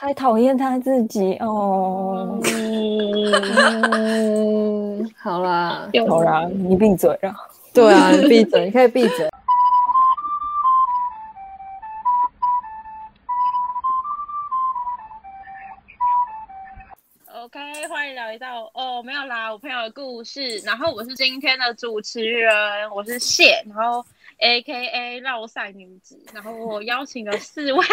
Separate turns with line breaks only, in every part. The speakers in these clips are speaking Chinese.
太讨厌他自己哦。
嗯，好啦，
有
好啦，你闭嘴啦。
对啊，你闭嘴，你可以闭 嘴。
OK，欢迎聊一道哦，没有啦，我朋友的故事。然后我是今天的主持人，我是谢，然后 A K A 绕赛女子。然后我邀请了四位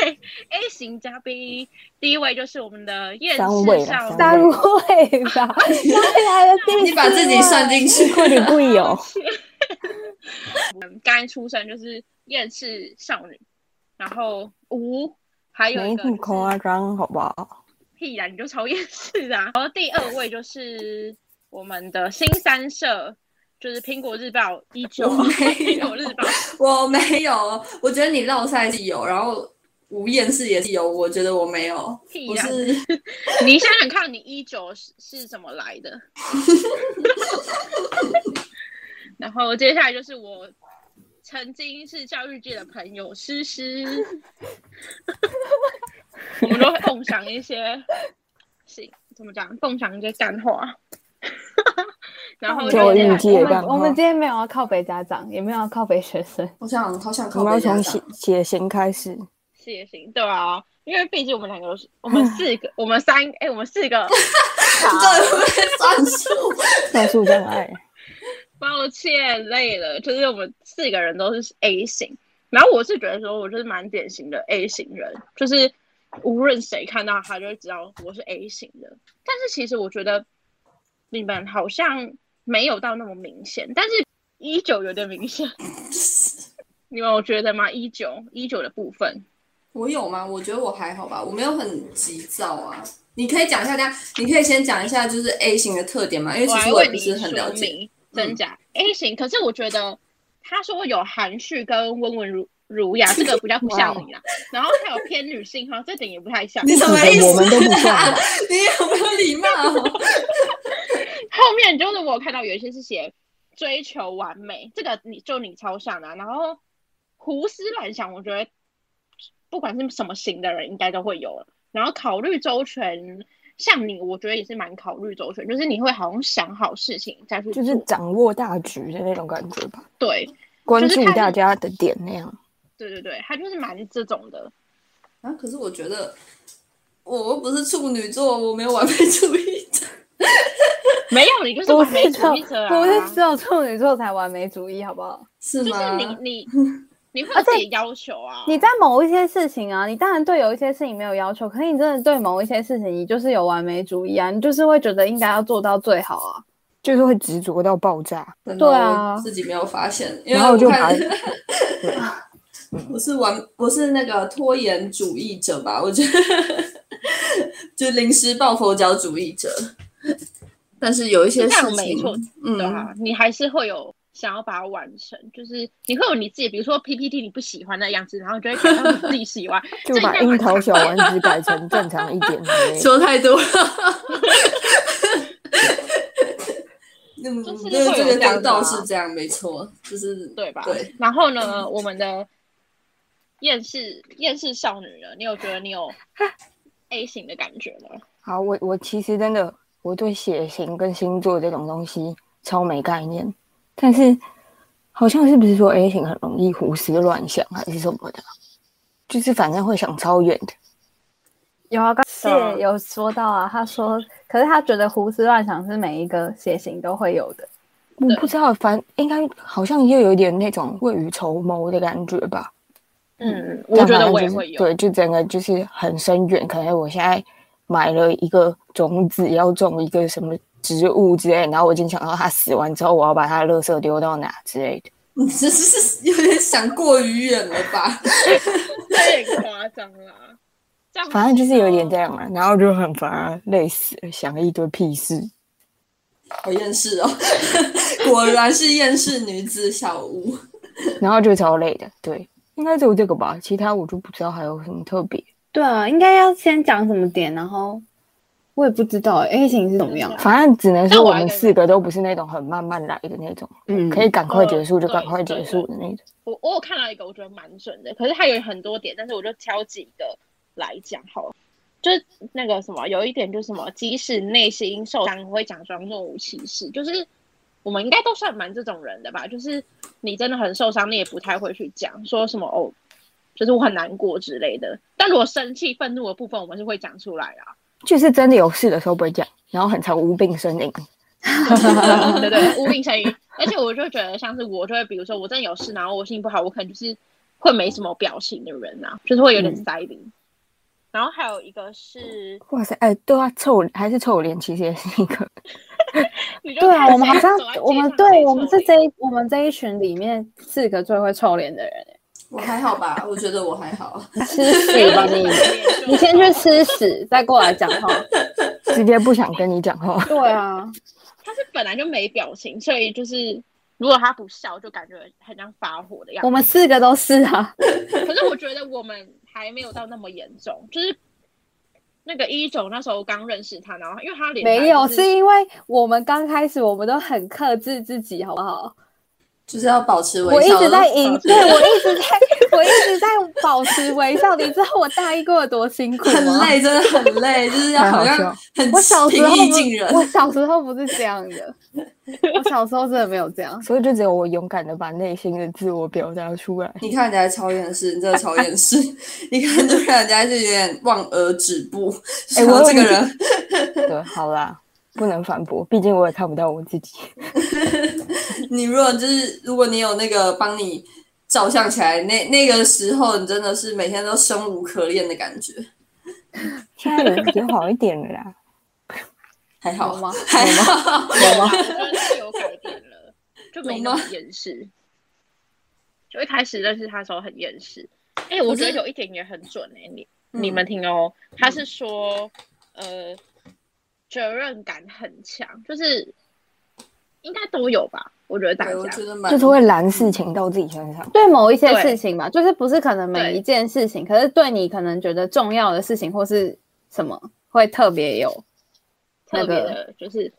A 型嘉宾，第一位就是我们的厌
三位
世
啦
少
三
女，
位位吧，哪里来的第
你把自己算进去，
快点故意哦。
刚嗯出生就是厌世少女。然后五，还有
没
一个
那么
就是
夸张，好不好？
屁啦，你就超厌世啦。啊然后第二位就是我们的新三社，就是苹果日报一九，
我没
苹
有
果日报
我没有，我觉得你绕赛是有，然后无厌世也是有，我觉得我没有，
屁
我
啦。
是
你想想看，你一九是是怎么来的？ 然后接下来就是我曾经是教育界的朋友诗诗，我们都会共享一些，是怎么讲？共享一些干话。 然后
教
嗯就
育
是
界
我
干
们
话
我们今天没有要靠北家长，也没有要靠北学生。
我想好想
我
靠
们要
北家
从
长
血，血型开始。
事业型，对啊，因为毕竟我们两个都是，我们四个，我们三，哎、我们四个，
这会算数，
算术障碍，
抱歉，累了，就是我们四个人都是 A 型，然后我是觉得说，我就是蛮典型的 A 型人，就是无论谁看到他就会知道我是 A 型的。但是其实我觉得你们好像没有到那么明显，但是依旧有点明显。你们有觉得吗？依旧依旧的部分，
我有吗？我觉得我还好吧，我没有很急躁啊。你可以讲一下，大家你可以先讲一下就是 A 型的特点嘛，因为
我
其
还
实我
为
也不
你
是
说
很了解。嗯
明真假、A 型，可是我觉得他说有含蓄跟温文儒儒雅，这个比较不像 你啦。然后还有偏女性哈，这点也不太像。
哦你什么意
我们都
思？
不啊像吧？
你有没有礼貌？
后面就是我有看到有一些是写追求完美，这个你就你超像的啊、然后胡思乱想，我觉得不管是什么型的人应该都会有了。然后考虑周全，像你，我觉得也是蛮考虑周全，就是你会好像想好事情再去做，
就是掌握大局的那种感觉吧，
对
关注大家的点那样。
对对对，他就是蛮这种的。
啊，可是我觉得我又不是处女座，我没有完美主义者。
没有，你就是
不
完美
是
主
只
义者
有
啊！
不是只有处女座才完美主义，好不好？
是
就是
吗？
你你你会有自己的要求啊，
你在某一些事情啊，你当然对有一些事情没有要求，可是你真的对某一些事情，你就是有完美主义啊，你就是会觉得应该要做到最好啊。
就是会执着到爆炸，
真的
对啊
我自己没有发现，因为
然后就把
看我是完，我是那个拖延主义者吧， 我觉得就临时抱佛脚主义者。但是有一些
这
事
样
情，
没错
嗯，
对啊，你还是会有想要把它完成，就是你会有你自己，比如说 PPT 你不喜欢的样子，然后你就会改到你自己喜欢。
就把樱桃小丸子改成正常一点的那种。
说 太多了。嗯，
就是
对
会有
这个
这样
当
子啊
道是这样，没错，就是
对吧？
对， 嗯
然后呢，我们的厌世厌世少女呢，你有觉得你 有 A 型的感觉吗？
好，我我其实真的我对血型跟星座这种东西超没概念，但是好像是不是说 A 型很容易胡思乱想还是什么的，就是反正会想超远的。
有啊，刚谢
对啊
有说到啊，他说，可是他觉得胡思乱想是每一个血型都会有的。
我
对
不知道，反应该好像又有一点那种未雨绸缪的感觉吧。
嗯，我觉得我也会有。
对，就整个就是很深远。可能我现在买了一个种子，要种一个什么植物之类，然后我已经想到它死完之后，我要把它的垃圾丢到哪之类的。
你这是有点想过于远了吧？
有点夸张啦。这样哦
反正就是有点这样嘛，然后就很烦啊，累死了，想一堆屁 事。
好厌世哦， 果然是厌世女子小屋。
然后就超累的。对，应该只有这个吧，其他我就不知道还有什么特别。
对啊，应该要先讲什么点，然后我也不知道欸 A 型是怎么样啊。
反正只能说
那我
我
来
们
跟你
四个都不是那种很慢慢来的那种，
嗯，
可以赶快结束就
哦
赶快
对
结束的那种。
我我有看到一个我觉得蛮准的，可是它有很多点，但是我就挑几个来讲好了。就是那个什么，有一点就是什么，即使内心受伤，会假装若无其事。就是我们应该都算蛮这种人的吧？就是你真的很受伤，你也不太会去讲说什么哦，就是我很难过之类的。但如果生气、愤怒的部分，我们是会讲出来啊啦。
就是真的有事的时候不会讲，然后很常无病呻吟。
对对，无病呻吟。而且我就觉得，像是我就会，比如说我真的有事，然后我心情不好，我可能就是会没什么表情的人啊，就是会有点
嗯
塞脸。然后还有一个是，
哇塞，哎，对啊，臭还是臭脸，其实也是一 个。
你就
对 啊，
看
我们好
谁
像
走在街
我们
上
对
谁
我们
臭
是
脸
这一我们这一群里面四个最会臭脸的 人，
我还好吧，我觉得我还好。
吃屎吧你！你先去吃屎，再过来讲话。
直接不想跟你讲话。
对 啊，
他是本来就没表情，所以就是如果他不笑，就感觉很像发火的样
我
子。
们四个都是啊。
可是我觉得我们还没有到那么严重，就是那个一九那时候刚认识他，然后因为他脸
没有，
是
是因为我们刚开始我们都很克制自己，好不好？
就是要保持
我
微
一
笑。
直在赢，
保持
对我一直在，我一直在保持微笑。你知道我大一过得多辛苦吗？
很累，真的很累，就是要
太好
好 像
笑
很
我小时
平
候
易
不
近人。
我小时候不是这样的，我小时候真的没有这样。
所以就只有我勇敢的把内心的自我表达出来。
你看人家超厌世，你真的超厌世，你看就让人家就有点望而止步。
哎
然后
我
这个
有
人，
对，好啦，不能反驳，毕竟我也看不到我自己。
你如果就是如果你有那个帮你照相起来，那那个时候你真的是每天都生无可恋的感觉，
现在有有啊好一点了 啦，
还 好
有吗？
还好，
有吗？
我觉得他有改变了，就没那么厌世。就一开始认识他的时候很厌世，哎、我觉得有一点也很准哎、你、你们听哦，他是说呃责任感很强，就是应该都有吧，我觉得大
对，我
家
觉。得蛮
就是会揽事情到自己身上。
对某一些
对
事情吧，就是不是可能每一件事情，可是对你可能觉得重要的事情或是什么，会特别有
特别的，就是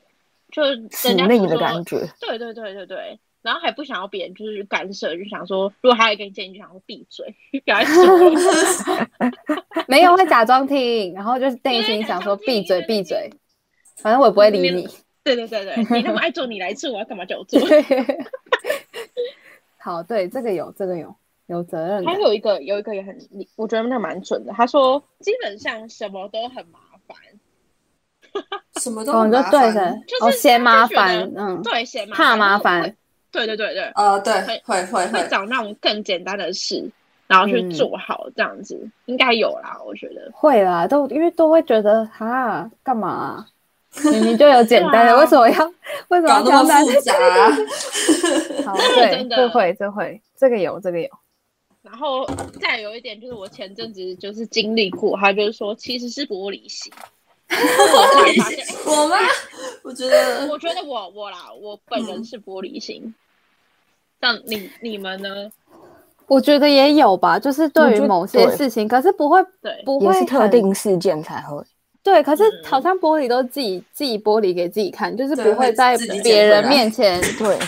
就是
使
人家
命
不
的
说
感觉，
对对对对对，然后还不想要别人就是干涉，就想说如果他有给你建议，就想说闭嘴， 不要再说了
没有会假装听，然后就是内心想说
对
闭嘴
假装听
闭嘴，反正我也不会理你。
对对对对， 你那么爱做，你来做，我要干嘛就做。
好，对这个有这个有有责任哦
还
感，
有一个有一个也很，我觉得那蛮准的。他说基本上什么都很麻烦，
什么都
哦，
很
你就
麻
对
烦
的
就，是
哦，嫌麻
他就觉
烦
得，
嗯，
对，嫌麻
怕麻
然后
烦，
会对对对对，
呃，对，
会
会会
会
会，
找那种更简单的事，然后去
嗯
做好，这样子、应该有啦，我觉得。
会啦，都因为都会觉得哈干嘛啊、明明就有简
对
单的，
啊
为什么要为什么
搞那
要挑
么
战？
复杂，啊
好，
真
对，
的
这会这会这个有这个有，
然后再有一点就是，我前阵子就是经历过，他就是说其实是玻璃 心。我突然发现，
我吗？我觉得
哎我觉得我我啦，我本人是玻璃心。但你你们呢？
我觉得也有吧，就是
我
对于
觉得
某些
对
事情，可是不会
对，
不
也
会
是特
很
定事件才会。
对，可是
嗯
好像玻璃都自己自己玻璃给自己看，就是
对
不
会
会在
自己捡
别
回
人
来
面前，
对，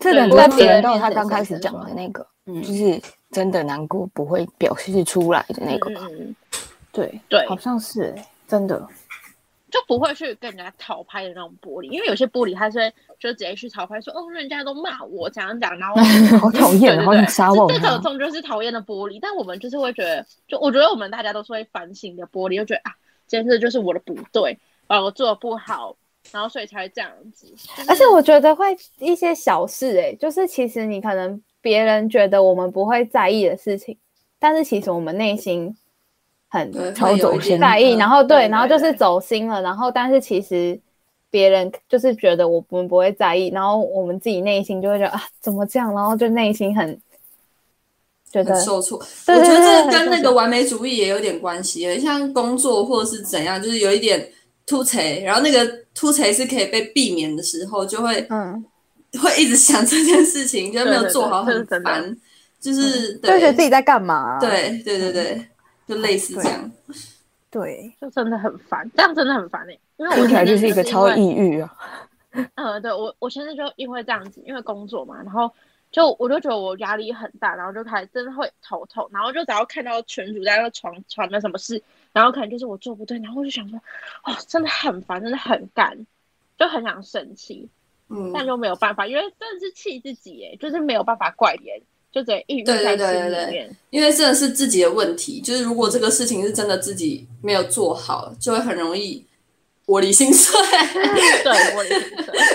这个
对
不
在
会
别
点
人
到
面
他
前
刚开
呈
始
现
讲
出来
的那个，
嗯
就是真的难过不会表示出来的那个
嗯
吧。
嗯嗯，
对，
对，
好像是欸真的，
就不会去跟人家讨拍的那种玻璃，因为有些玻璃他是会就直接去讨拍说，哦，人家都骂我怎样怎样，然后
好讨厌
对对对
好想杀我啊
这这
他
种终究是讨厌的玻璃，但我们就是会觉得，就我觉得我们大家都是会反省的玻璃，就觉得啊，今天这就是我的不对，啊，我做的不好，然后所以才会这样子。
而且我觉得会一些小事、欸，就是其实你可能别人觉得我们不会在意的事情，但是其实我们内心很
对
超走心
在意，然后对，然后
会有
就。
一点
是走心了，然后但是其实别人就是觉得我们不会在意，然后我们自己内心就会觉得啊怎么这样，然后就内心很觉
很
得
受挫，
对
我觉得
对对
这
很
跟那
受
个完美主义也有点关系耶，像工作或者是怎样，就是有一点突锤，然后那个突锤是可以被避免的时候，就会
嗯，
会一直想这件事情，觉得没有做好
对对
很
对这是真的嗯
烦，就是
就觉得
对
自己在干嘛、啊
对对对
嗯
对，就类似这样。
对，
就真的很烦，这样真的很烦哎、因为我
听起来
前
就
阵
是一个
子因
超
为
抑郁啊！
呃，对我，我现在就因为这样子，因为工作嘛，然后就我就觉得我压力很大，然后就开始真的会头痛，然后就只要看到群主在那传传了什么事，然后可能就是我做不对，然后我就想说，哦，真的很烦，真的很干，就很想生气，
嗯，
但就没有办法，因为真的是气自己耶，就是没有办法怪别人，就只能抑郁
对
在
对对
心
对对
里面。
因为真的是自己的问题，就是如果这个事情是真的自己没有做好，就会很容易玻璃心碎。
对，我也是这样。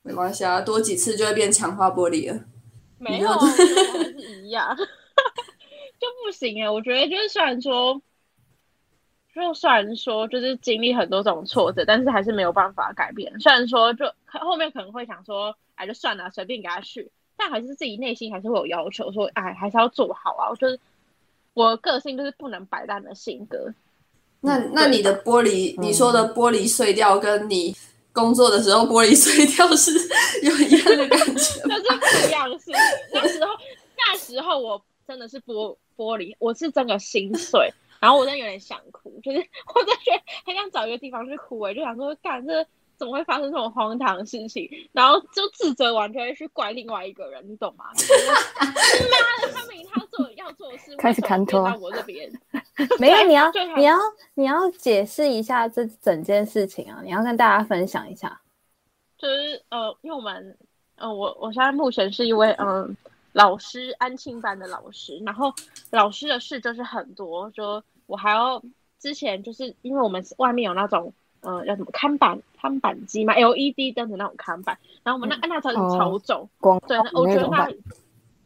没关系啊，多几次就会变强化玻璃了。
没
你
有，啊
要
我觉得我还是一样， 就不行哎、我觉得就是虽然说，就虽然说就是经历很多种挫折，但是还是没有办法改变。虽然说就后面可能会想说，哎，就算了，随便给他去，但还是自己内心还是会有要求，说，哎，还是要做好啊。我就是我个性就是不能摆烂的性格，
那那你的玻璃，你说的玻璃碎掉，跟你工作的时候玻璃碎掉是有一样的感觉 吗。
那是不一样的事情。那时候，那时候我真的是玻玻璃，我是真的心碎，然后我真的有点想哭，就是 我真的觉得很想找一个地方去哭、欸，我就想说，干这怎么会发生这种荒唐的事情？然后就自责完就会去怪另外一个人，你懂吗？就是 妈的，他明明他做要做的事，
开始砍头
为什么变到我这边，
没有，你要
最好
你要你要解释一下这整件事情啊，你要跟大家分享一下。
就是呃，因为我们呃，我我现在目前是一位嗯、呃老师，安庆班的老师，然后老师的事就是很多，就我还要之前就是因为我们外面有那种嗯、呃、叫什么看板看板机嘛，LED 灯的那种看板，然后我们那、那超
哦
超重，
光
对，那我觉得
种
那
吧，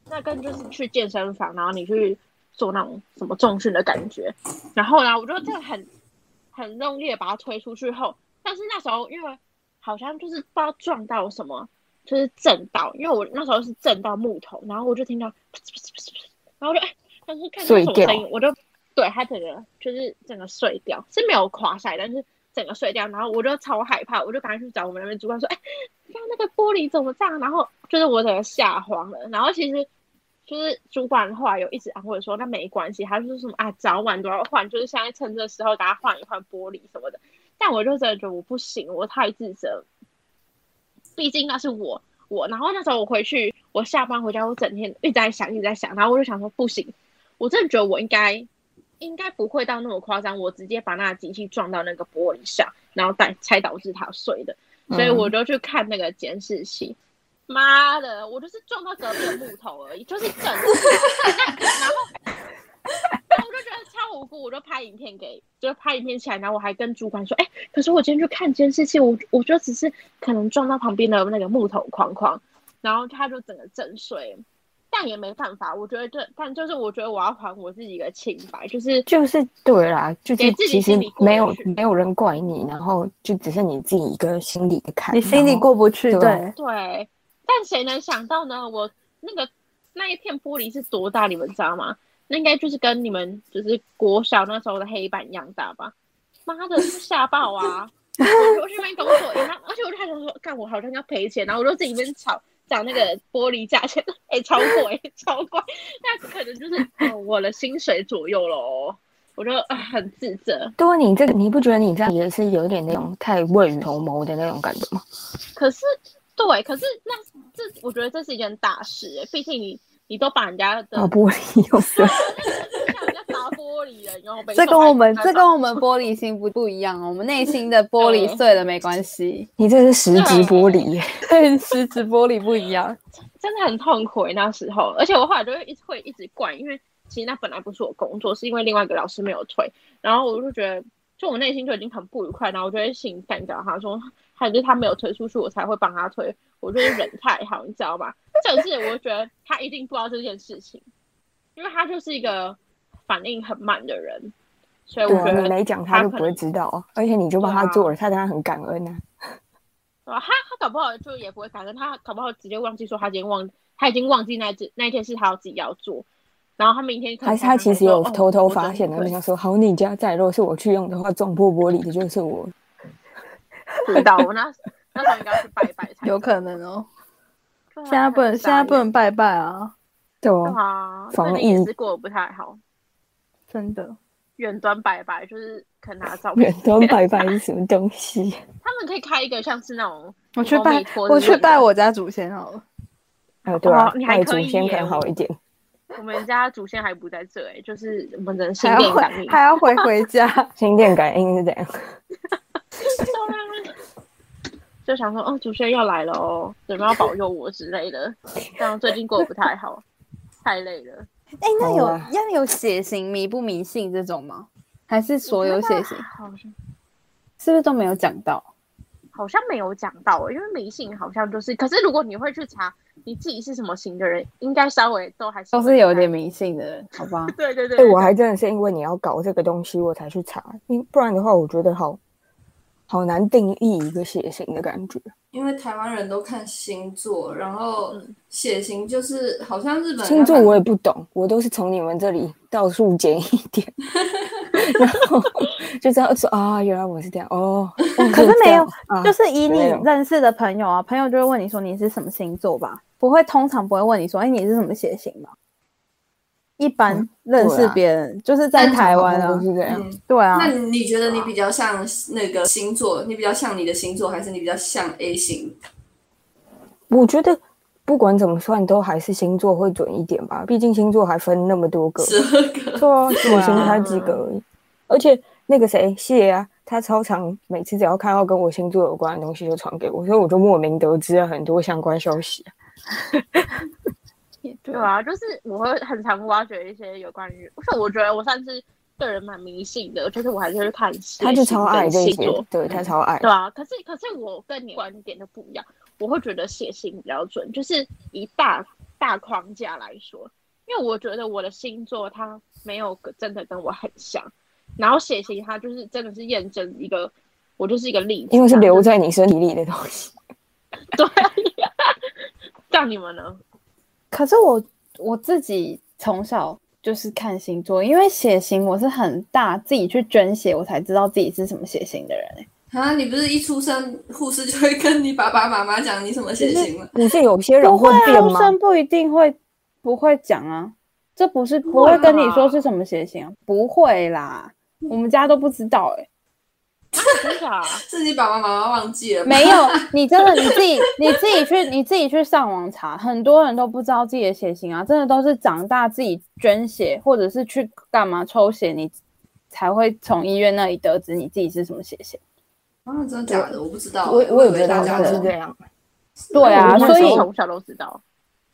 那跟就是去健身房，然后你去做那种什么重训的感觉。然后呢，我就真的很很用力的把它推出去后，但是那时候因为好像就是不知道撞到什么，就是震到，因为我那时候是震到木头，然后我就听到噗嗤噗嗤噗嗤噗嗤，然后我就哎，但是看到
碎
什么
掉
声音，我就对它整个就是整个碎掉，是没有垮下来，但是整个碎掉，然后我就超害怕，我就赶快去找我们那边主管说，哎，刚刚那个玻璃怎么这样？然后就是我整个吓慌了，然后其实。就是主管后来有一直安慰我说，那没关系，他就说什么啊，早晚都要换，就是现在趁这时候大家换一换玻璃什么的。但我就真的觉得我不行，我太自责了，毕竟那是我我。然后那时候我回去，我下班回家，我整天一直在想，一直在想，然后我就想说不行，我真的觉得我应该应该不会到那么夸张，我直接把那机器撞到那个玻璃上，然后才才导致它碎的。所以我就去看那个监视器。妈的，我就是撞到隔壁的木头而已，就是整个，然后，然后我就觉得超无辜，我就拍影片给，就拍影片起来，然后我还跟主管说，哎、可是我今天去看监视器，我我就只是可能撞到旁边的那个木头框框，然后他就整个震碎，但也没办法，我觉得这，但就是我觉得我要还我自己一个清白，就是
就是对啦，就是
给自己
其实
心里过
没有
不去
没有人怪你，然后就只是你自己一个心里的
哎
坎。
你心里
然后
过不去，
对
啊
对，
对，但谁能想到呢？我那个那一片玻璃是多大，你们知道吗？那应该就是跟你们就是国小那时候的黑板一样大吧？妈的，是吓爆啊！我去那边工作，然后而且我就还想说，干我好像要赔钱，然后我就自己那边吵找那个玻璃价钱，哎、超贵，超贵，那可能就是、哦我的薪水左右喽。我就、啊很自责，
对啊，你这个你不觉得你这样也是有点那种太未雨绸缪的那种感觉吗？
可是，对，可是那这我觉得这是一件大事、欸，毕竟你你都把人家的
打啊玻璃又碎，
像人家砸玻璃人，然后 被
这跟我们
送来
这跟我们玻璃心不不一样哦，我们内心的玻璃碎了没关系，
你这是十级玻璃耶，
跟实质玻璃不一样。
真的很痛苦欸、那时候，而且我后来就会一直会一直怪，因为其实那本来不是我工作，是因为另外一个老师没有退，然后我就觉得，就我内心就已经很不愉快，然后我就会心干掉他说，还有就是他没有推出去，我才会帮他推，我就是人太好，你知道 吗？甚至我就觉得他一定不知道这件事情，因为他就是一个反应很慢的人，所以我
对
觉
啊，你
得
没讲他就
可
不会
能
知道啊，而且你就帮他
对啊
做了，他当然很感恩啊。
对呃吧？他他搞不好就也不会感恩，他搞不好直接忘记说他今天忘，他已经忘记那件那一件事他要自己要做，然后他明天可能
还是他
才
其实
想
有
说哦
偷偷
我昨
发
天
现的，
对
就想说：“好，你家在，如果是我去用的话，撞破玻璃的就是我。
不知道，我那那时候应该要去拜拜才
有可能 哦，
对啊
现在不能，现在不能拜拜啊，”
对
对
啊，
啊，
防
那也
疫
是过得不太好，
真的。
远端拜拜就是可能拿照片
远，端拜拜是什么东 西？
他们可以开一个像是那种
我去
阿弥
拜
陀，佛
我去拜我家祖先好了。
哎，对啊
哦，你还
拜
可
祖
以
先可
耶
能好一点。
我们家祖先还不在这哎、就是我们人心
还要
电感
回
应。
还要回回 家，
哎
心电感应是 怎样？
就想说，哦，祖先要来了哦，你们要保佑我之类的。但我最近过得不太好，太累了。
哎、那
好
有
啊
要有血型迷不迷信这种吗？还是所有血型
好像
是不是都没有讲到？
好像没有讲到欸，因为迷信好像就是，可是如果你会去查你自己是什么型的人，应该稍微都还是
都
会
是有点
在。？
迷信的人，好 吧
对对对
哎、我还真的是因为你要搞这个东西，我才去查，因不然的话，我觉得好好难定义一个血型的感觉。
因为台湾人都看星座，然后血型就是好像日本人
星座
看
我也不懂，我都是从你们这里到处捡一点，然后就知道说啊，原来我是这样哦。
可是没有，
啊、
就是以你
没有
认识的朋友啊，朋友就会问你说你是什么星座吧？不会，通常不会问你说，哎、你是什么血型吧？一般认
对
识
啊
别人、就是在
但
台湾
好像
啊
都，是这样。
嗯，
对啊
那，你觉得你比较像那个星座？你比较像你的星座，还是你比较像 A 型？
我觉得不管怎么算，都还是星座会准一点吧，毕竟星座还分那么多个。
十二个，
对啊，我星
啊
才几个而已。而且那个谁谢啊，他超常每次只要看到跟我星座有关的东西就传给我，所以我就莫名得知了很多相关消息。啊
对啊，就是我会很常挖掘一些有关于，像我觉得我算是个人蛮迷信的，就是我还是会看血
他就
型
超
跟
爱这
星
些
座，，
对他超爱。
对啊，可是可是我跟你观点就不一样，我会觉得血型比较准，就是以大大框架来说，因为我觉得我的星座它没有跟真的跟我很像，然后血型它就是真的是验证一个我就是一个例子，
因为是留
着
在你身体里的东西，
对，啊 像你们呢？
可是我我自己从小就是看星座，因为血型我是很大自己去捐血，我才知道自己是什么血型的人、欸。
啊，你不是一出生护士就会跟你爸爸妈妈讲你什么血型吗？
不是有些人
不会
变
啊，出
吗？
生不一定会不会讲啊，这不是不
会
会跟你
吧
说是什么血型 啊，不会啦，我们家都不知道哎、
真的啊？
是你爸爸妈妈忘记了吗？
没有， 你真的你自己你自己去你自己去上网查，很多人都不知道自己的血型啊，真的都是长大自己捐血或者是去干嘛抽血，你才会从医院那里得知你自己是什么血型。
啊，真的假的？我不知道欸，
我我
以
也
为
觉
大
得
家
他是
都
这样，
对啊，
我那
所
时
以
候从小都知道，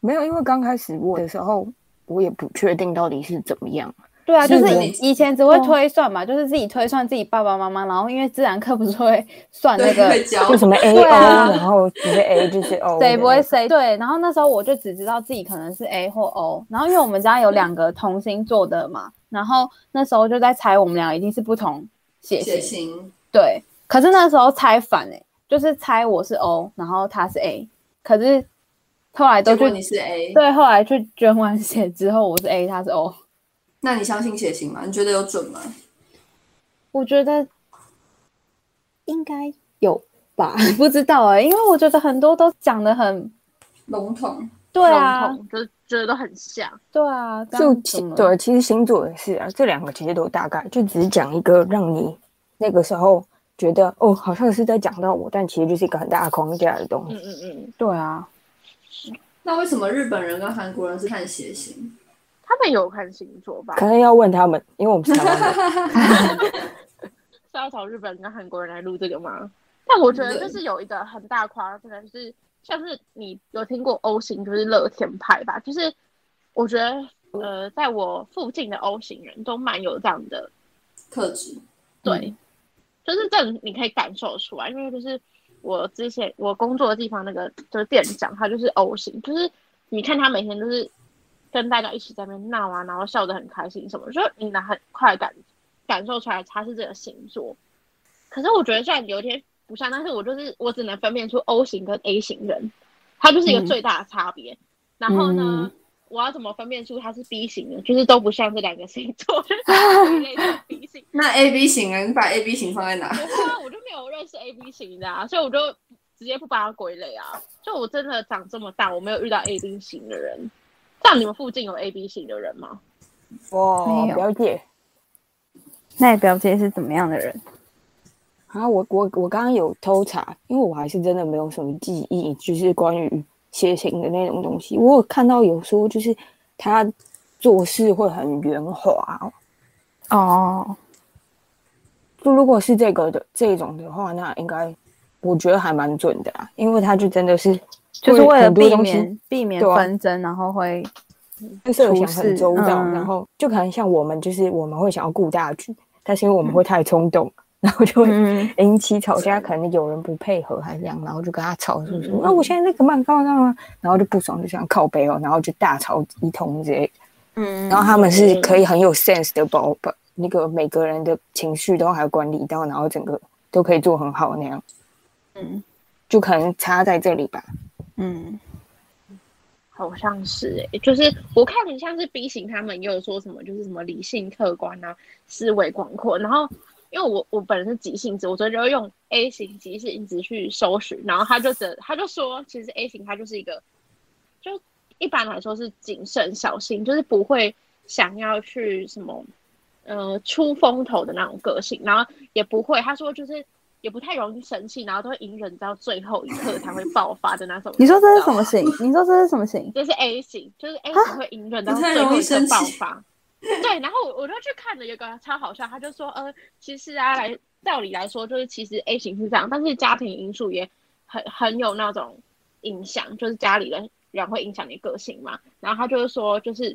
没有，因为刚开始我的时候，我也不确定到底是怎么样。
对啊，
是
就是
我
以以前只会
哦
推算嘛，就是自己推算自己爸爸妈妈，然后因为自然课不是会算那
对
个
会教
就什么 A O，、
对啊
然后只是 A 哦就是 O，
谁不会谁对，然后那时候我就只知道自己可能是 A 或 O，然后因为我们家有两个同星座的嘛，然后那时候就在猜我们俩一定是不同血型，
血型，
对，可是那时候猜反哎、就是猜我是 O，然后他是 A，可是后来都
结
去
果你是 A，
对，后来去捐完血之后我是 A，他是 O，
那你相信血型吗？你觉得有准吗？
我觉得应该有吧，不知道哎、因为我觉得很多都讲的很
笼统，
对啊
笼，统就是觉得都很像，
对啊，这
就
样
其
怎么
对，其实星座也是啊，这两个其实都大概，就只是讲一个让你那个时候觉得哦，好像是在讲到我，但其实就是一个很大的框架的东
嗯
西。
嗯嗯，
对啊。
那为什么日本人跟韩国人是看血型？
他们有看星座吧？
可能要问他们，因为我们是台湾 人，
是要找日本人跟韩国人来录这个吗？但我觉得就是有一个很大夸张，可能是像是你有听过 O 型就是乐天派吧，就是我觉得呃，在我附近的 O 型人都蛮有这样的，
特质，
对，就是这种你可以感受出来，因为就是我之前我工作的地方那个就是店长，他就是 O 型，就是你看他每天都是跟大家一起在那边闹啊，然后笑得很开心什么，就是你能很快感感受出来他是这个星座。可是我觉得虽然有点不像，但是我就是我只能分辨出 O 型跟 A 型人，它就是一个
嗯
最大的差别。然后呢，我要怎么分辨出他是 B 型的？就是都不像这两个星座，就是类似 B 型。
那 A B 型啊，你把 A B 型放在哪？
对啊，我就没有认识 A B 型的啊，所以我就直接不把它归类啊。就我真的长这么大，我没有遇到 A B 型的人。像你们附近有 A B 型的人吗？
哇
没，有
表姐
那你表姐是怎么样的人？
啊，我我我刚刚有偷查，因为我还是真的没有什么记忆，就是关于血型的那种东西。我有看到有说，就是他做事会很圆滑。
哦，
就如果是这个的这种的话，那应该我觉得还蛮准的啊，因为他就真的是
就是
会
为了
很多
避
东西
免避免
对啊
纷争，然后会
就是有
处
想很
事
周到，
嗯
然后就可能像我们，就是我们会想要顾大局，但是因为我们会太冲动，然后就
嗯
会引起吵架，可能有人不配合还是怎样，然后就跟他吵，
嗯
是不是？啊，我现在在干嘛干嘛干嘛，啊然后就不爽，就想靠背哦，然后就大吵一通之类的。
嗯
然后他们是可以很有 sense 的把把那个每个人的情绪都还有管理到，然后整个都可以做很好那样。
嗯，
就可能差在这里吧。
嗯
好像是哎、就是我看你像是 B 型，他们也有说什么，就是什么理性、客观啊，思维广阔。然后因为我我本人是急性子，我所以就会用 A 型急性子去搜寻，然后他就只他就说，其实 A 型他就是一个，就一般来说是谨慎小心，就是不会想要去什么呃出风头的那种个性，然后也不会他说就是。也不太容易生气，然后都会隐忍到最后一刻才会爆发的那种人。
你说这
你知
是什
道吗
么型？你说这是什么型？
就是 A 型，就是 A 型会隐忍到
不啊太
最后
容易
一刻
生气
爆发。对，然后我我就去看了，有个超好笑，他就说，呃，其实啊，来道理来说，就是其实 A 型是这样，但是家庭因素也很很有那种影响，就是家里的人会影响你个性嘛。然后他就是说，就是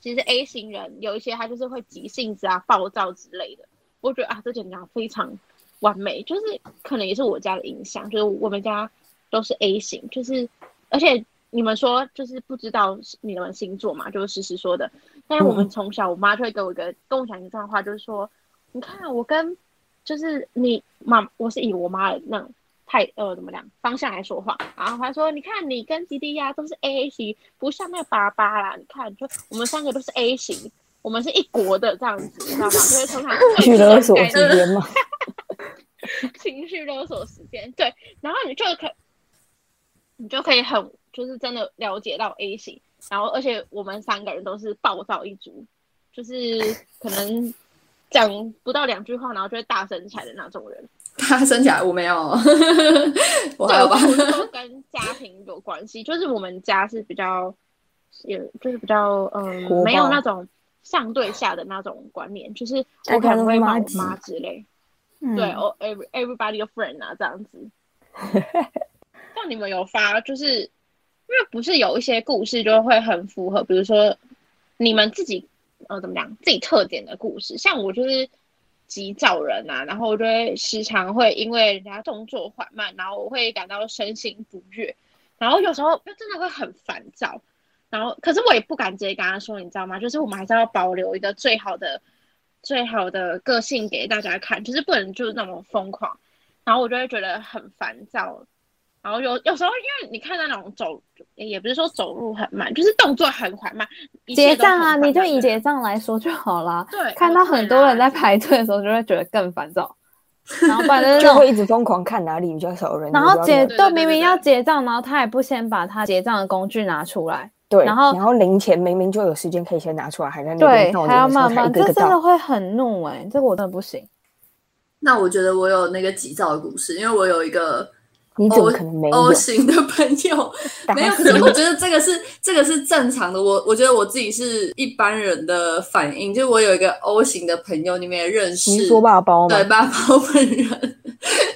其实 A 型人有一些他就是会急性子啊、暴躁之类的。我觉得啊，这简讲非常完美，就是可能也是我家的影响，就是我们家都是 A 型，就是而且你们说就是不知道你们星座嘛，就是诗诗说的，但是我
嗯
们从小我妈就会给我一个跟我讲一段话，就是说，你看我跟就是你妈，我是以我妈的那种态呃怎么讲方向来说话，然后她说，你看你跟吉迪呀都是 A 型，不像那个爸爸啦，你看就我们三个都是 A 型。我们是一国的这样子，你知道吗？就是通常
去勒索
概念
之间嘛，
情绪勒索时间，对，然后你就可，你就可以很就是真的了解到 A 型，然后而且我们三个人都是暴躁一族，就是可能讲不到两句话，然后就会大声起来的那种人。
他生起来我没有， 我
对，
哦
还有
我
吧
觉。得都跟家庭有关系，就是我们家是比较，也就是比较嗯
国，
没有
宝
那种上对下的那种观念，就是
大
我可
家
能
都
会
是
骂
妈
我
吉
妈之类。
嗯
对，哦，every everybody a friend 啊，这样子。像你们有发，就是因为不是有一些故事就会很符合，比如说你们自己呃怎么讲自己特点的故事，像我就是急躁人啊，然后我就会时常会因为人家动作缓慢，然后我会感到身心不悦，然后有时候就真的会很烦躁，然后可是我也不敢直接跟他说，你知道吗？就是我们还是要保留一个最好的、最好的个性给大家看，就是不能就是那么疯狂。然后我就会觉得很烦躁，然后有有时候因为你看那种走，也不是说走路很慢，就是动作很缓慢，一切
结
都很
账啊，
缓
你就
慢
以
的
结账来说就好啦。
对，
看
哦
到
对
很多
啦
人在排队的时候，就会觉得更烦躁。然后不然就是那
就
种
会一直疯狂看哪里比较少人，
然
你
后
就
结
要
对
都
对
明
对
明要
对
结账，然后他也不先把他结账的工具拿出来，
对，
然后
然后零钱明明就有时间可以先拿出来，还在那
对
边，闹着
还要
的时候
慢
才
慢，
一个一
这
个
真的
倒。
会很怒哎、这个我真的不行。
那我觉得我有那个急躁的故事，因为我有一个
你怎
O
么可能没有
哦
O？型的朋友，
打
没有。可
死
是
你
我觉得这个是这个是正常的。我我觉得我自己是一般人的反应，就是我有一个 O 型的朋友，你们也认识。
你是说爸包吗？
对，爸爸我本人。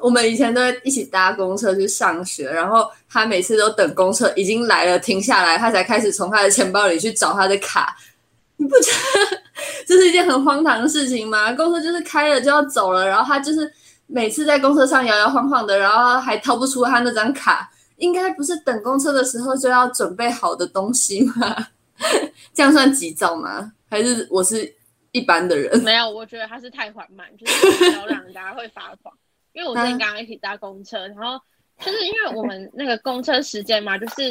我们以前都会一起搭公车去上学，然后他每次都等公车已经来了停下来，他才开始从他的钱包里去找他的卡。你不觉得这是一件很荒唐的事情吗？公车就是开了就要走了，然后他就是每次在公车上摇摇晃晃的，然后还掏不出他那张卡，应该不是等公车的时候就要准备好的东西吗？ 这样算急躁吗？还是我是一般 的人？
没有，我觉得他是太缓慢，就是没有让大家会发狂。因为我之
啊
前跟他一起搭公车，然后就是因为我们那个公车时间嘛，就是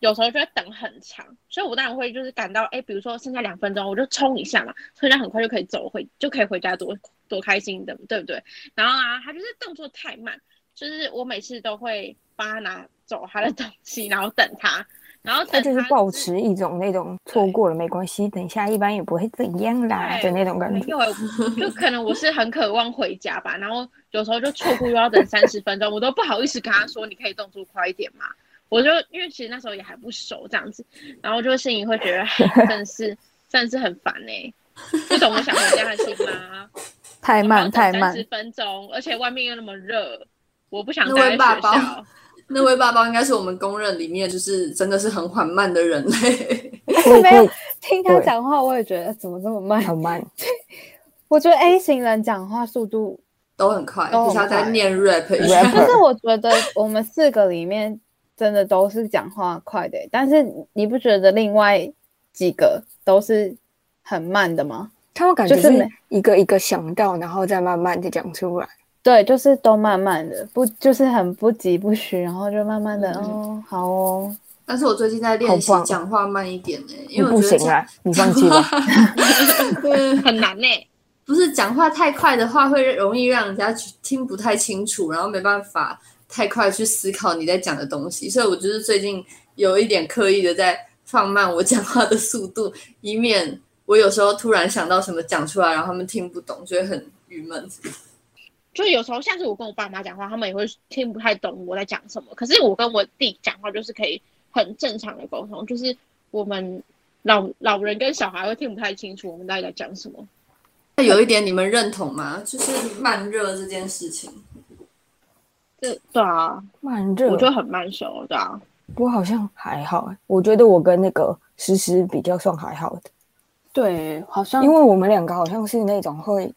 有时候就会等很长，所以我当然会就是感到，哎，比如说剩下两分钟，我就冲一下嘛，所以他很快就可以走回，就可以回家多多开心的，对不对？然后啊，他就是动作太慢，就是我每次都会帮他拿走他的东西，然后等他，然后
他
等
就是
之
保持一种那种错过了没关系，等一下一般也不会怎样啦的
对
那种感
没
觉。
有欸，就可能我是很渴望回家吧，然后有时候就错过又要等三十分钟，我都不好意思跟他说，你可以动作快一点嘛。我就因为其实那时候也还不熟这样子，然后就心里会觉得唉真的是真的是很烦哎、不懂我想回家的心吗？
太慢太慢
十，分钟，而且外面又那么热，我不想
那
待在
位爸
学
爸
校。
那位爸爸应该是我们公认里面就是真的是很缓慢的人类，
可以
没
可
有
以
听他
对
讲话，我也觉得哎怎么这么慢。
很慢，
我觉得 A 型人讲话 速度，
都很快，
都很
不像在
快
念 rap
rap
一样。
就是我觉得我们四个里面真的都是讲话快的，欸但是你不觉得另外几个都是很慢的吗？
他们感觉
就是
是
没
一个一个想到，然后再慢慢的讲出来。
对，就是都慢慢的，不就是很不急不徐，然后就慢慢的、
嗯
哦，好哦，
但是我最近在练习
好棒
讲话慢一点呢、欸
你
因为
不
我觉得
行
讲
啊，你放弃吧。
对
很难欸呢、
不是讲话太快的话，会容易让人家听不太清楚，然后没办法太快去思考你在讲的东西。所以我就是最近有一点刻意的在放慢我讲话的速度，以免我有时候突然想到什么讲出来，然后他们听不懂，就会很郁闷。
就是有时候，像是我跟我爸妈讲话，他们也会听不太懂我在讲什么。可是我跟我弟讲话，就是可以很正常的沟通。就是我们老老人跟小孩会听不太清楚我们到底在讲什么。
那有一点你们认同吗？就是慢热这件事情。
这对啊，
慢热，
我就很慢熟，对啊。
我好像还好欸，我觉得我跟那个诗诗比较算还好的，
对，好像
因为我们两个好像是那种会，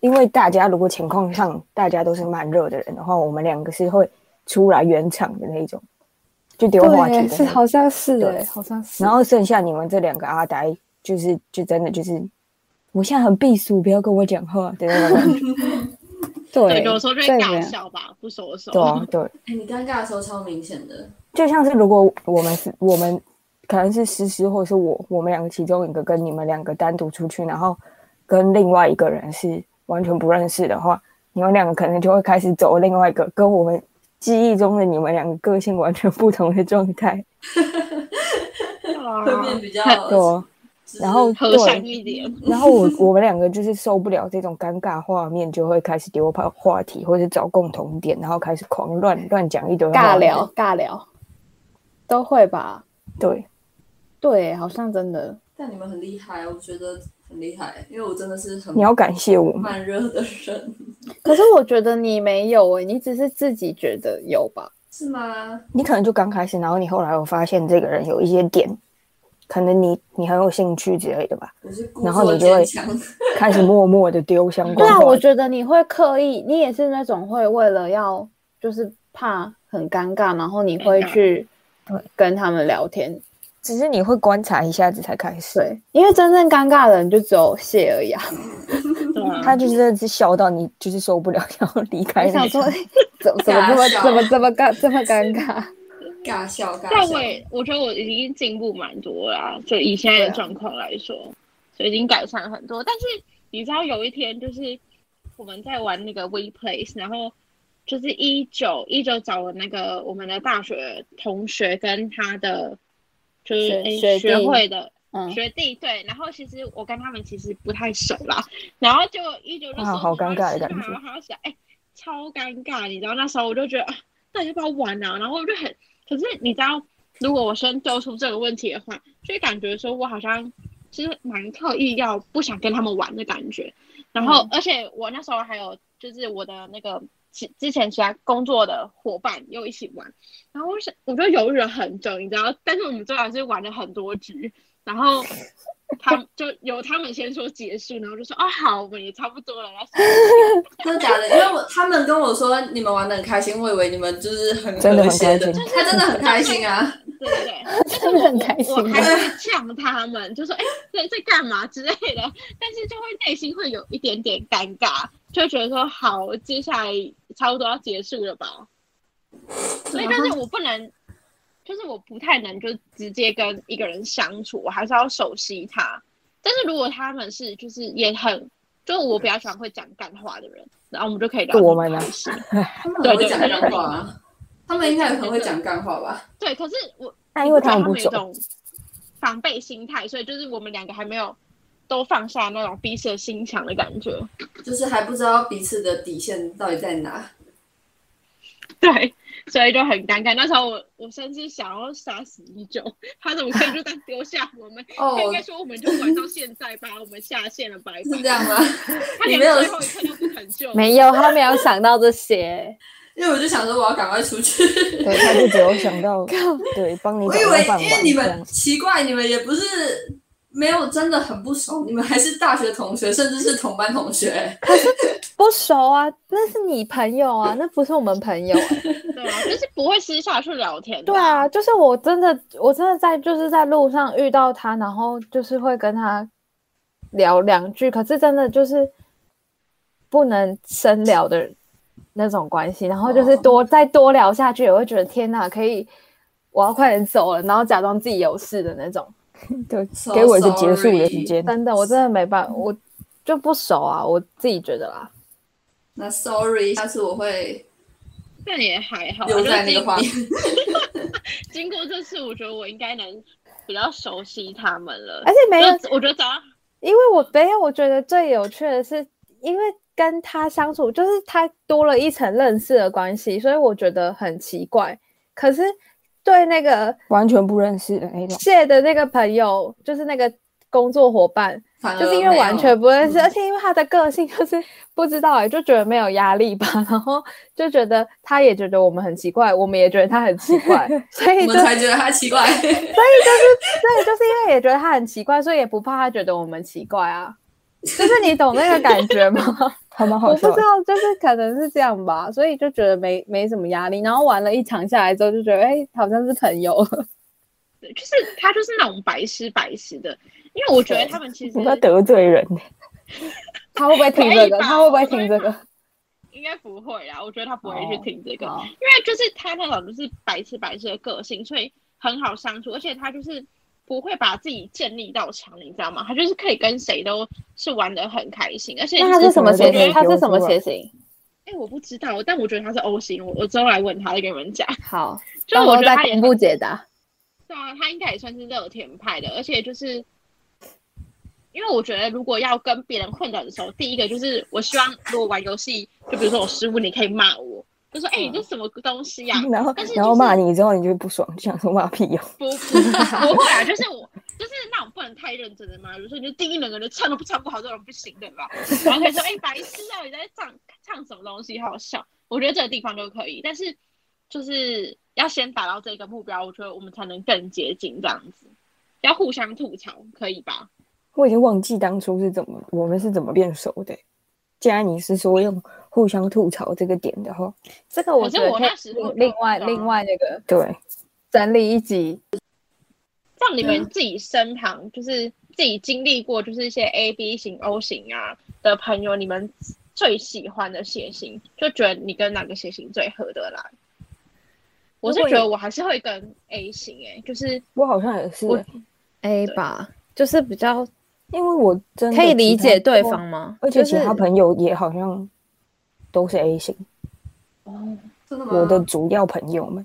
因为大家如果情况上大家都是慢热的人的话，我们两个是会出来圆场的那种，就丢话题
对，
的
是
那种。
好像是
对
欸
哎，好像是。
然后剩下你们这两个阿呆，就是就真的就是，我现在很避暑，不要跟我讲话的那种感觉。
对，
对
有时候就会
对
尬
耶
笑吧，不熟的时
对
候。
啊，对，
哎、你尴尬的时候超明显的，
就像是如果我们是我们可能是诗诗或者是我，我们两个其中一个跟你们两个单独出去，然后跟另外一个人是完全不认识的话，你们两个可能就会开始走另外一个跟我们记忆中的你们两个个性完全不同的状态，
对啊
会变比较
对哦、
就是
然后
和善
对，
一点。
然后我我们两个就是受不了这种尴尬画面，就会开始丢话话题或者找共同点，然后开始狂乱乱讲一堆话
尬聊，尬聊都会吧？
对，
对，好像真的。
但你们很厉害，我觉得很厉害，因为我真的是很
你要感谢我们。
慢热的人，
可是我觉得你没有欸诶、你只是自己觉得有吧？
是吗？
你可能就刚开始，然后你后来有发现这个人有一些点，可能你你很有兴趣之类的吧，
我是故
然后
作
你就会
坚强，
开始默默的丢相
对
关
啊，
话
我
题。
觉得你会刻意，你也是那种会为了要就是怕很尴尬，然后你会去
对
跟他们聊天。
只是你会观察一下子才开始，
对，因为真正尴尬的人就只有谢而已啊。
对啊，
他就是真的是笑到你就是受不了， 然后离开
我
你。
想说， 怎怎么这么怎么这么尴这么尴尬？
尬笑尬
但
笑
我。也我觉得我已经进步蛮多啦、就以现
啊
在的状况来说，所以已经改善了很多。但是你知道有一天就是我们在玩那个 We Place，然后就是一九一九找了那个我们的大学同学跟他的就是
学
诶
学弟
学会的
嗯，
学弟对，然后其实我跟他们其实不太熟啦，然后就一九就说
哇啊好尴尬的感觉
然后想哎、超尴尬，你知道那时候我就觉得啊，那要不要玩啊？然后我就很，可是你知道，如果我先丢出这个问题的话，就会感觉说我好像就是蛮刻意要不想跟他们玩的感觉，然
嗯
后、而且我那时候还有就是我的那个。之之前其他工作的伙伴又一起玩，然后我想我就犹豫了很久，你知道，但是我们最后还是玩了很多局，然后他们就由他们先说结束，然后就说哦好，我们也差不多了。然后
真的假的？因为我他们跟我说你们玩的很开心，我以为你们就是很
真的
和
很
谐
开
的
心，
他真的很开 心啊！
对对对，
真的很开心
我还
啊。
会呛他们，就说哎、在在干嘛之类的，但是就会内心会有一点点尴尬，就会觉得说好，接下来差不多要结束 了吧。所以，但是我不能，就是我不太能就直接跟一个人相处，我还是要熟悉他。但是如果他们是就是也很，就我比较喜欢会讲干话的人，然后我们就可以聊
就
得
我
很
们呢
开心。
他们很会讲干话啊，他们应该也很会讲干话吧？
对，可是我
但因为他
他
们不
们
熟，
有一种防备心态，所以就是我们两个还没有都放下那种彼此的心墙的感觉。
就是还不知道彼此的底线到底在哪。
对，所以就很尴尬。那时候我我甚至想要杀死一九，他怎么可以就这样丢下我们？
哦
他应该说我们就玩到现在吧，我们下线了，拜拜。
是这样吗？
他连
你没有
最后一刻都不肯救，
没有，他没有想到这些。
因为我就想说我要赶快出去。
对，他就只有想 到对帮你
我
找
以
到
为
饭碗
因为你
这
们
样。
奇怪，你们也不是没有真的很不熟，你们还是大学同学，甚至是同班同学。
不熟啊，那是你朋友啊，那不是我们朋友、欸。
对啊，就是不会私下去聊天的。
对啊，就是我真的，我真的在就是在路上遇到他，然后就是会跟他聊两句，可是真的就是不能深聊的那种关系，然后就是多、再多聊下去，也会觉得天哪，可以，我要快点走了，然后假装自己有事的那种。
对
So，
给我一个结束的时间。
真的，我真的没办法，我就不熟啊，我自己觉得啦。
那 sorry，下次我会
但也还好啊，
留
就是
在那个
经
画面。
经过这次，我觉得我应该能比较熟悉他们了。
而且哎没有
就我觉得早上
因为我没有，我觉得最有趣的是，因为跟他相处，就是他多了一层认识的关系，所以我觉得很奇怪。可是对那个
完全不认识的那种，
谢的那个朋友，就是那个工作伙伴，
反而
就是因为完全不认识，
嗯
而且因为他的个性就是 不知道、欸，就觉得没有压力吧，然后就觉得他也觉得我们很奇怪，我们也觉得他很奇 怪，所
没
以
有我
就
们才觉得他奇怪。
对，就是因为也觉得他很奇怪，所以也不怕他觉得我们奇怪啊。就是你懂那个感觉吗？
还蛮
我
好
不
笑的。
知道，就是可能是这样吧，所以就觉得没没什么压力。然后玩了一场下来之后，就觉得哎、好像是朋友了。
对就是他就是那种白痴白痴的，因为我觉得他们
哦
其实
你不要得罪人，
他会不会听这
可以
个？
吧
他会不会听这 个？
应该不会啦，我觉得他不会去听这个，
哦
因为就是他那种就是白痴白痴的个性，所以很好相处，而且他就是不会把自己建立到强，你知道吗？他就是可以跟谁都是玩的很开心，而且
那他是什么
什么
血
都
型？他
可以
是什么
丢出来
血型？
哎、我不知道，但我觉得他是 O 型，我我之后来问他再跟你 们讲。
好，
就
到时
我
候
觉得
再
他也
公布解答。
对啊，他应该也算是乐天派的，而且就是，因为我觉得如果要跟别人混到的时候，第一个就是我希望如果玩游戏，就比如说我失误，你可以骂我，就说哎、你这什么东 西呀、
然后
但是就是
然后骂你之后，你就会不爽，就想说骂屁哦哟。
不不不会啊，就是我就是那种不能太认真的嘛，比如说你就第一两个人唱都不唱不好，这种不行对吧？然后可以说哎、白痴啊，你在唱唱什么东西，好好笑。我觉得这个地方就可以，但是就是要先达到这个目标，我觉得我们才能更接近这样子。要互相吐槽，可以吧？
我已经忘记当初是怎么，我们是怎么变熟的。既然你是说用互相吐槽这个点的话，
这个我
可是
觉得
我
可以
那时候
另另
就
外
知道
另外那个
对，
整理一集，
像你们自己身旁，就是自己经历过，就是一些 A、B 型、O 型啊的朋友，你们最喜欢的血型，就觉得你跟哪个血型最合得来？我是
如果
觉得我还是会跟 A 型、欸，就是
我好像也是欸、
我
A 吧，就是比较
因为我真的
可以理解
其他
对方，吗？
而且
就
其
是
他朋友也好像都是 A 型，
真的
嗯
吗？
我的主要朋友们。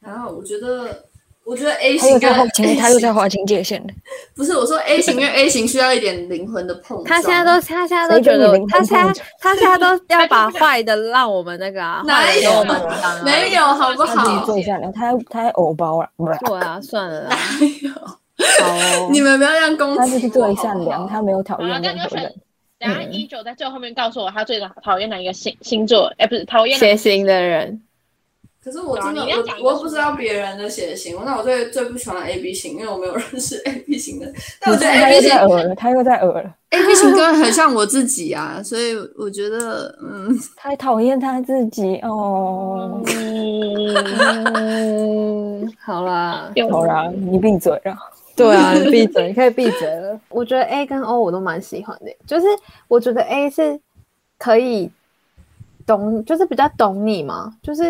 然后我觉得，我觉得 A
他又
型跟
在划清，他又
A
在
型
划清界 限了。
不是我说 A 型跟 A 型需要一点灵魂的碰撞。
他现在都他现在都
谁
觉
跟你
得
灵
他
魂
现在
碰撞
他现在 都要把坏的让我们那个啊，
哪
坏的给我们
有
当啊
没
嗯
有好不
他自己
好？
最善良，他他还偶包了，不是，
对啊，算了啦。哦
你们不要这样攻击
他就是最
我好不好
善良，他没有讨
好了，
厌
那
任
就
何
选
人。。
然
嗯
后一九在最后面告诉我他最讨厌哪一个星星座，哎、不是讨厌哪
血型的人，
可是我真
对
的
啊你要讲一个
我我不知道别人的血型，那我最最不喜欢 A B 型，因为我没有认识 A B 型的。但
你
我觉得
看他
A B
又
型
在讹了，他又在讹了，
A B 型哥很像我自己啊， 所以我觉得嗯，
他讨厌他自己哦。
嗯，
嗯，好啦，
有
好啦，你闭嘴啦。
对啊，你闭嘴，你可以闭嘴了。我觉得 A 跟 O 我都蛮喜欢的，就是我觉得 A 是可以懂，就是比较懂你嘛，就是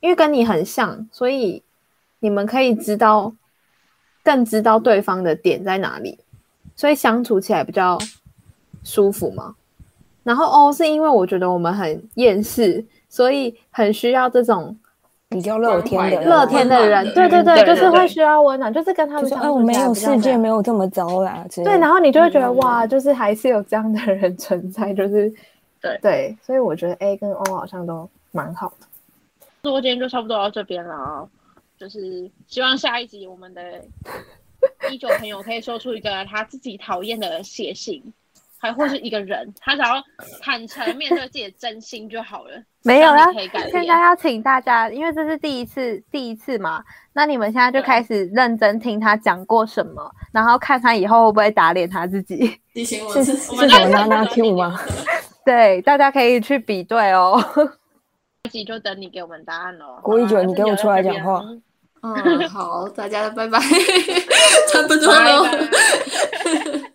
因为跟你很像，所以你们可以知道更知道对方的点在哪里，所以相处起来比较舒服嘛。然后 O 是因为我觉得我们很厌世，所以很需要这种
比较乐天的人，
乐天的人，对
温
对
暖的人
对，就是会需要温暖，就是跟哦
就
他
说
们相
哎，我
处
没
起来
有
比较
世界
好
没有这么糟啦之类的。
对，然后你就会觉得
嗯
哇，就是还是有这样的人存在，就是
对
对，所以我觉得 A 跟 O 好像都蛮好的。
那我今天就差不多到这边了啊，就是希望下一集我 们的一九朋友可以说出一个他自己讨厌的写信，还或是一个人，他只要坦诚面对自己的真心就好 了。
没有
这
啊
样
啦
你可以改，
现
变
在。要请大家，因为这是第一次，第一次嘛，那你们现在就
对
开始认真听他讲过什么，然后看他以后会不会打脸他自己。
提醒我
是
自
是什。
己
么拉拉 Q 吗？
对，大家可以去比对哦。
下一集就等你给我们答 案喽。
郭一九
好啦
你给我出来讲话。
嗯，好，大家拜拜，差不多
那 就聊到这边
喽
拜。拜